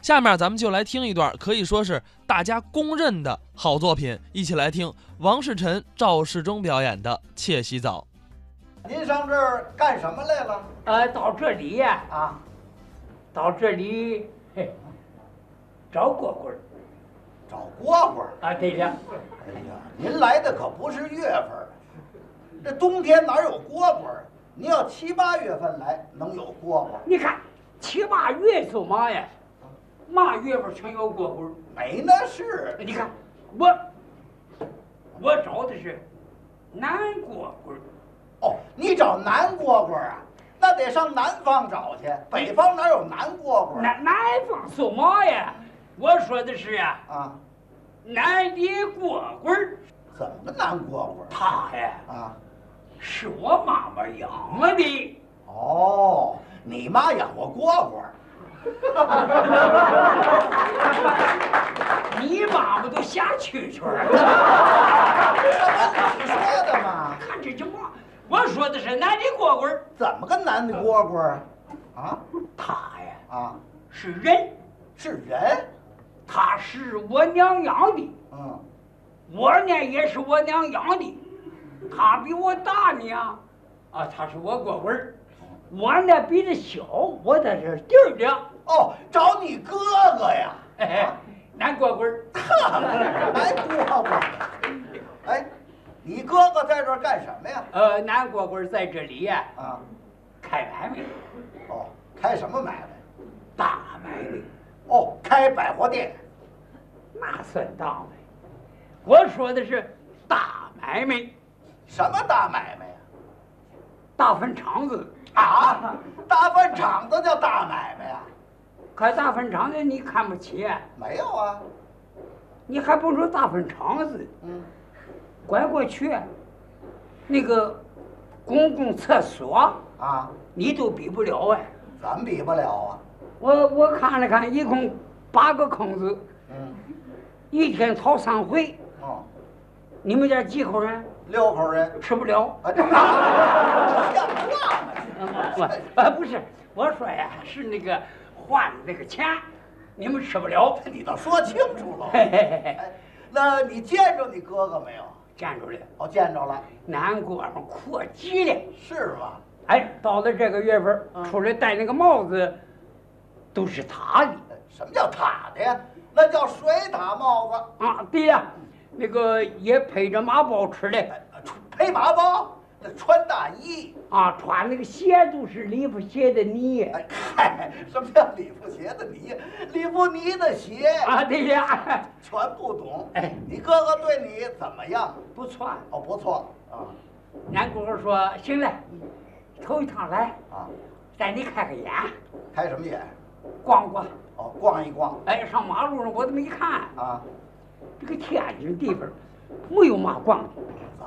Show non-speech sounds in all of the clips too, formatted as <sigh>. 下面咱们就来听一段可以说是大家公认的好作品，一起来听王世臣、赵世忠表演的《窃洗澡》。您上这儿干什么来了？呃，到这里呀、啊，到这里，嘿，找蝈蝈儿找蝈蝈儿。啊，对了，哎呀，您来的可不是月份儿，这冬天哪有蝈蝈儿？您要七八月份来，能有蝈蝈儿？你看，七八月就嘛呀，嘛月份全有蝈蝈儿。没那事你看，我我找的是南蝈蝈儿，哦。你找南蝈蝈儿啊，那得上南方找去，北方哪有南蝈蝈儿南南方就嘛呀？我说的是啊，啊？南的蝈蝈儿，怎么南蝈蝈儿它呀啊？是我妈妈养了的。哦，你妈养过蝈蝈儿， <laughs> 你妈妈都瞎蛐蛐儿，这不你说的吗？看这句话，我说的是南的蝈蝈儿，怎么个南的蝈蝈儿啊？他呀啊，是人，是人？他是我娘养的，嗯，我呢也是我娘养的，他比我大呢，啊，他是我蝈蝈儿，我呢比他小，我在这弟儿呢，哦，找你哥哥呀？哎，南蝈蝈儿，来蝈蝈儿。哎，你哥哥在这儿干什么呀？呃，南蝈蝈儿在这里呀、啊，开买卖，哦，开什么买卖？大买卖。哦，开百货店。那算大买卖。我说的是大买卖，什么大买卖呀？大粪场子。啊，大粪场子叫大买卖呀？可大粪场子你看不起，没有啊。你还不如大粪场子。嗯，拐过去，啊那个公共厕所啊，你都比不了哎。咱们比不了啊。我我看了看，一共八个坑子，嗯，一天掏三回。哦，你们家几口人？六口人。吃不了。 <laughs> 啊，这像话吗？我啊不是，我说呀，是那个换那个钱，你们吃不了。你倒说清楚了。嘿嘿嘿嘿哎，那你见着你哥哥没有？站住了，哦，见着了，南瓜上阔极了。是吧？哎，到了这个月份儿嗯，出来戴那个帽子，都是他的哎什么叫塔的呀？那叫水塔帽子，啊。对呀、那个也配着马包吃的啊穿配麻包，那穿大衣。啊，穿那个鞋都是里布鞋的泥哎嗨，什么叫李布鞋的泥？李布泥的鞋，啊。对呀、全不懂。哎你哥哥对你怎么样？不错。哦，不错啊南姑父说：“行了，头一趟来，啊，带你开开眼，开什么眼？逛逛。哦，逛一逛哎，上马路上我这么一看，啊？这个天津地方没有嘛逛的。”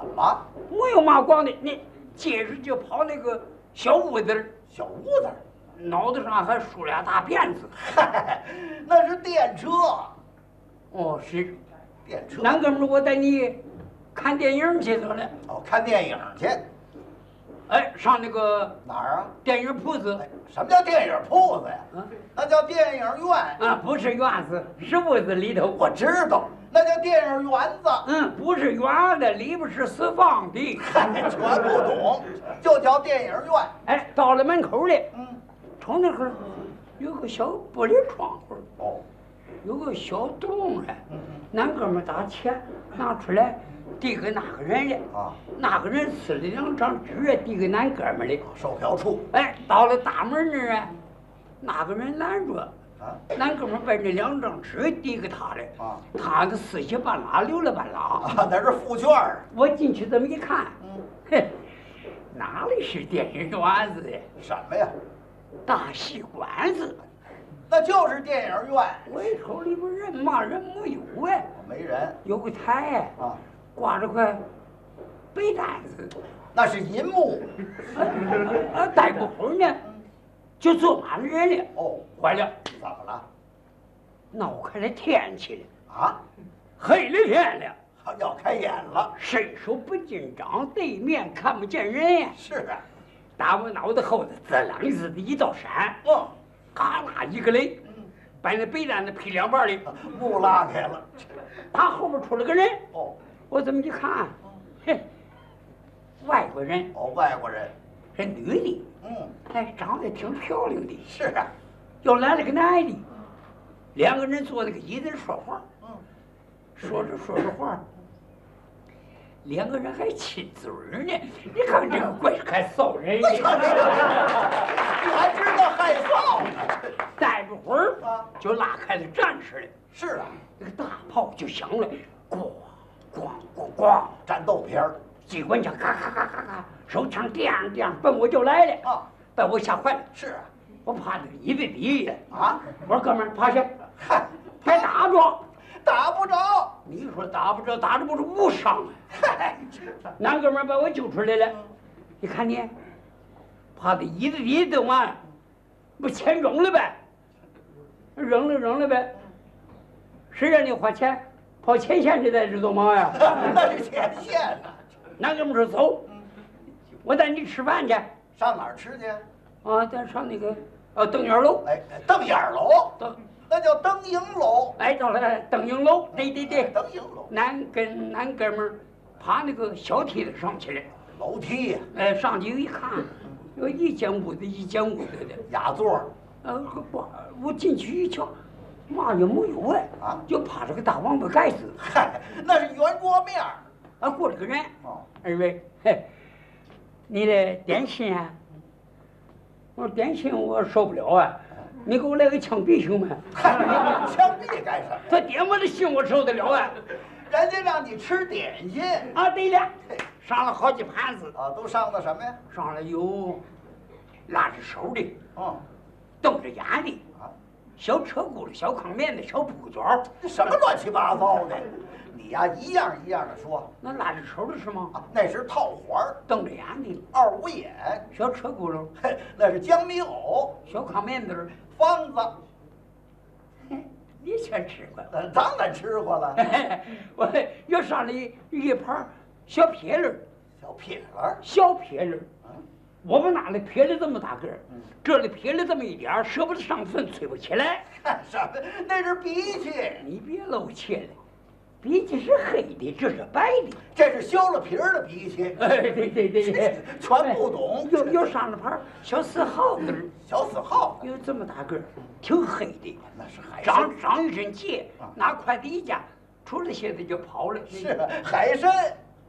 怎么？没有嘛光的，你接着就跑那个小屋子儿，小屋子儿？ <laughs> 脑袋上还梳俩大辫子。嗨，那是电车，哦，是，电车。南哥们儿，我带你看电影去得了。哦，看电影去哎，上那个哪儿啊？电影铺子哎，什么叫电影铺子呀？啊那叫电影院。啊，不是院子，是屋子里头。我知道，那叫电影园子。嗯，不是圆的，里边是四方的。嗨，全不懂，就叫电影院。哎，到了门口了，嗯，瞅那会儿有个小玻璃窗户，哦，有个小洞了。嗯南哥们儿打钱拿出来，递给哪个人了？啊，那个人撕了两张纸，啊递给俺哥们儿的。售票处哎，到了大门那儿啊，那个人拦住，啊，俺哥们儿把那两张纸递给他了。啊他的四喜半拉，溜了半拉。啊，那是副券儿。我进去这么一看，嗯，嘿，哪里是电影院子呀？什么呀？大戏馆子。哎那就是电影院，我一瞅里边人嘛人没有哎，没人有个台哎，啊，挂着块被单子，那是银幕。啊，待过会儿呢，就坐满了人了。哦，坏了。怎么了？闹开了天气了，啊，黑了天了，要开演了。伸手不见掌，对面看不见人呀。是啊，打我脑袋后头，滋楞一的一道闪，嗯嘎啦一个雷，把那被单子劈两半儿了。幕拉开了。他后边出了个人，哦我怎么一看，啊嘿，外国人，哦，外国人，是女的，嗯，哎，长得挺漂亮的，是啊，又来了个男的，两个人坐那个椅子上说话，嗯，说着说着话，两个人还亲嘴儿呢。你看这个怪还骚人你看这个，的，你还知道害臊呢？待不会儿啊就拉开了战士了，是啊，那个大炮就响了，咣咣咣咣，战斗片儿机关枪咔咔咔咔咔，手枪叮叮奔我就来了，啊，把我吓坏了，是啊，我趴那个椅子底下，啊，我说哥们儿趴下，嗨，还打着。打不着，你说打不着，打着不是误伤啊！嗨，是啊男哥们儿把我揪出来了，你看你，趴在椅子底下嘛，不钱扔了呗，扔了扔了呗，谁让你花钱跑前线去在这做嘛呀？ <laughs> 那是前线呢。男哥们儿说走，我带你吃饭去，上哪儿吃去？啊，咱上那个呃邓园楼，哎，瞪眼儿楼，邓那叫灯影楼，哎到了邓营楼，对对对，灯影楼，男跟男哥们儿爬那个小梯子上去了。楼梯呀，哎，上去一看，有一间屋子一间屋子的，雅座儿，呃，我我进去一瞧，嘛也没有哎，啊就趴着个大王八盖子，嗨， <laughs> 那是圆桌面儿。啊，过来个人， <laughs> 哦，二位，嘿，你的点心啊？我说点心我受不了啊，你给我来个枪毙行吗？嗨，枪毙干什么？他点我的心我受得了啊！人家让你吃点心啊，对了，上了好几盘子，啊，都上的什么呀？上来有拉着手的，嗯，瞪着眼的，啊，小车轱辘、小糠面的、小铺卷儿。这什么乱七八糟的？你呀、一样一样的说那拉着手的是吗？啊，那是套环儿、瞪着眼睛，二五眼，小车轱辘，嘿，那是江米藕、小糠面子儿，方子，嘿你全吃过了。呃当然吃过了。 <laughs> 我又上了一一盘儿小撇轮儿，小撇轮儿，小撇轮儿，嗯，我们哪里撇了这么大个儿嗯，这里撇了这么一点儿，舍不得上粪，吹不起来。干什么？那是脾气，你别露怯了，鼻涕是黑的，这是白 <laughs> 的。这是削了皮儿的脾气。哎，对对对，全不懂哎 <laughs> 又又上了盘儿小死耗子儿，小死耗子，有这么大个儿，挺黑的。那是海参，长长一身气啊，拿筷子一夹，出了些子就跑了。是啊海参。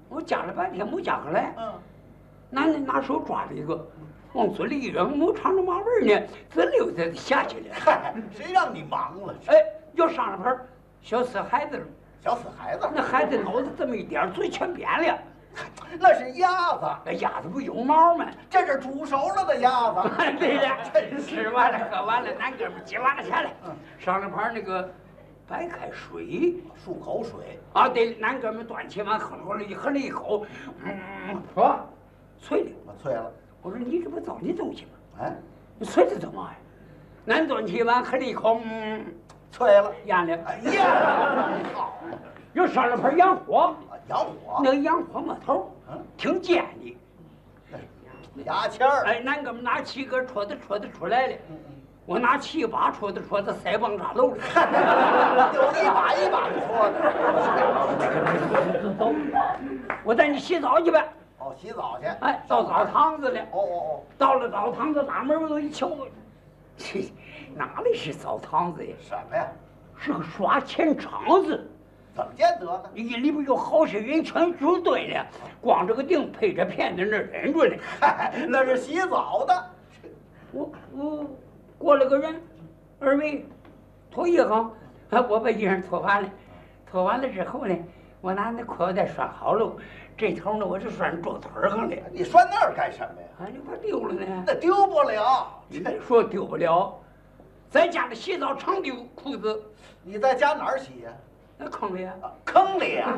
我夹了半天没夹回来，嗯，拿拿手抓了一个，往嘴里一扔，没尝着嘛味儿呢，滋溜达的下去了。嗨，谁让你忙了？哎，又上了盆儿小死孩子了，小死孩子，那孩子脑子这么一点儿，嘴全扁了。 <laughs> 那是鸭子，那鸭子不有毛吗？ <laughs> 这是煮熟了的鸭子。哎对 <laughs> 了，吃完了喝完了，咱哥们儿接完了下来，嗯上了盘儿那个白开水。漱口水，啊，对，男哥们端起碗，喝了一喝了一口，嗯，说，脆了。我脆了。我说你这不糟你东西吗？哎，你脆的怎么呀？男端起碗喝了一口，嗯，脆了。咽了。哎呀，好 <laughs> 又上了盆洋火，啊，养我那，个洋火没头儿嗯，挺尖的。牙签儿。 <laughs> 哎，男哥们拿起个戳子戳子出来了，嗯我拿起一把戳子戳子腮帮子漏了。 <laughs> 有一把一把的搓的。 <laughs> 我带你洗澡去吧。哦，洗澡去。哎，到澡堂子了。哦哦到了澡堂子，打门我都一瞧，我这哪里是澡堂子呀哦，？什么呀？是个耍钱场子，怎么见得呢？ <laughs> 一里边有好些人全组队了，光着个腚配着片在那儿忍着了。嗨，那是洗澡的。我我过来个人，二位脱衣裳，啊 <laughs> 我把衣裳脱完了，脱完了之后呢，我拿那裤腰带拴好了，这头呢我是拴桌腿儿上的，你拴那儿干什么呀？啊你怕丢了呢？那丢不了。你别说丢不了，在家里洗澡常丢裤子。你在家哪儿洗呀？那坑里啊，啊坑里啊，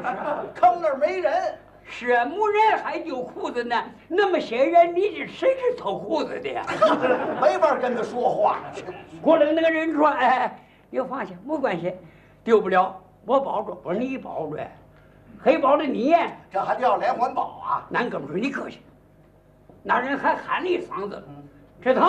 坑那儿没人。是啊，没人还丢裤子呢。那么些人，你这谁是偷裤子的呀？ <laughs> 没法跟他说话。过来那个人说：“哎，你放心，没关系，丢不了，我保着。”我说：“你保着呀，还保着你呀这还叫连环宝啊？？”男哥们说：“你客气。”那人还喊了一嗓子嗯：“ <laughs> 志腾！”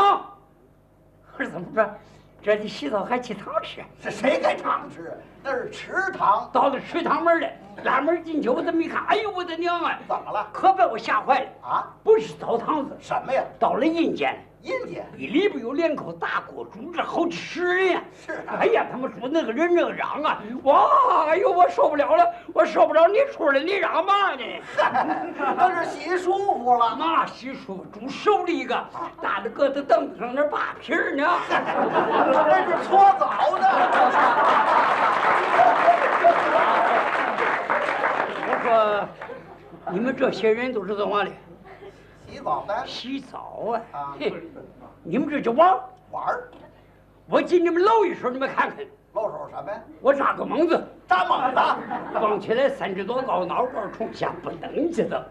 我说：“怎么着？这你洗澡还去堂吃，啊是谁给糖吃啊？那是池塘，到了池塘门了，拉门进去，我这么一看，哎呦我的娘啊！怎么了？可把我吓坏了，啊？不是澡堂子，什么呀？到了阴间，阴间里里边有两口大锅煮着好几十人呀、是啊哎呀，他们说那个人那个嚷啊，哇，哎呦我受不了了，我受不了，你出来你嚷嘛呢？ <laughs> 那是洗舒服了。那稀疏，煮熟了一个，大的搁在凳子上那儿扒皮儿呢。 <laughs> 这是搓澡的。我说，你们这些人都是怎么的？洗澡的洗澡啊啊？嘿，你们这就玩儿玩儿，我进你们搂一手，你们看看，露手什么呀？我扎个猛子，扎猛子。蹦起来三尺多高，脑瓜冲下不能去的，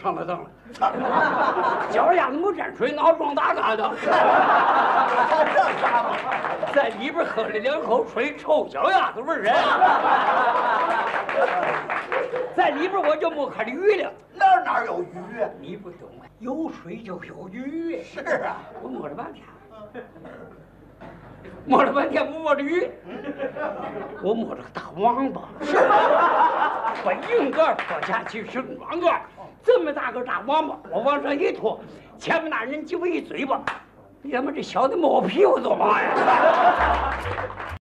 上了当了。 <laughs> 脚丫子没沾水，脑撞大疙瘩， <laughs> 还这扎猛子？在里边喝了两口水，臭脚丫子味儿 <laughs> 人。在里边我就没看鱼了，那儿哪有鱼啊？你不懂啊，有水就有鱼。是啊，我摸了半天，摸了半天不摸着鱼，我摸着个大王八，是把硬个拖下去是软个，这么大个大王八，我往上一拖，前哎面那人就我一嘴巴，你他妈这小子摸我屁股做嘛呀？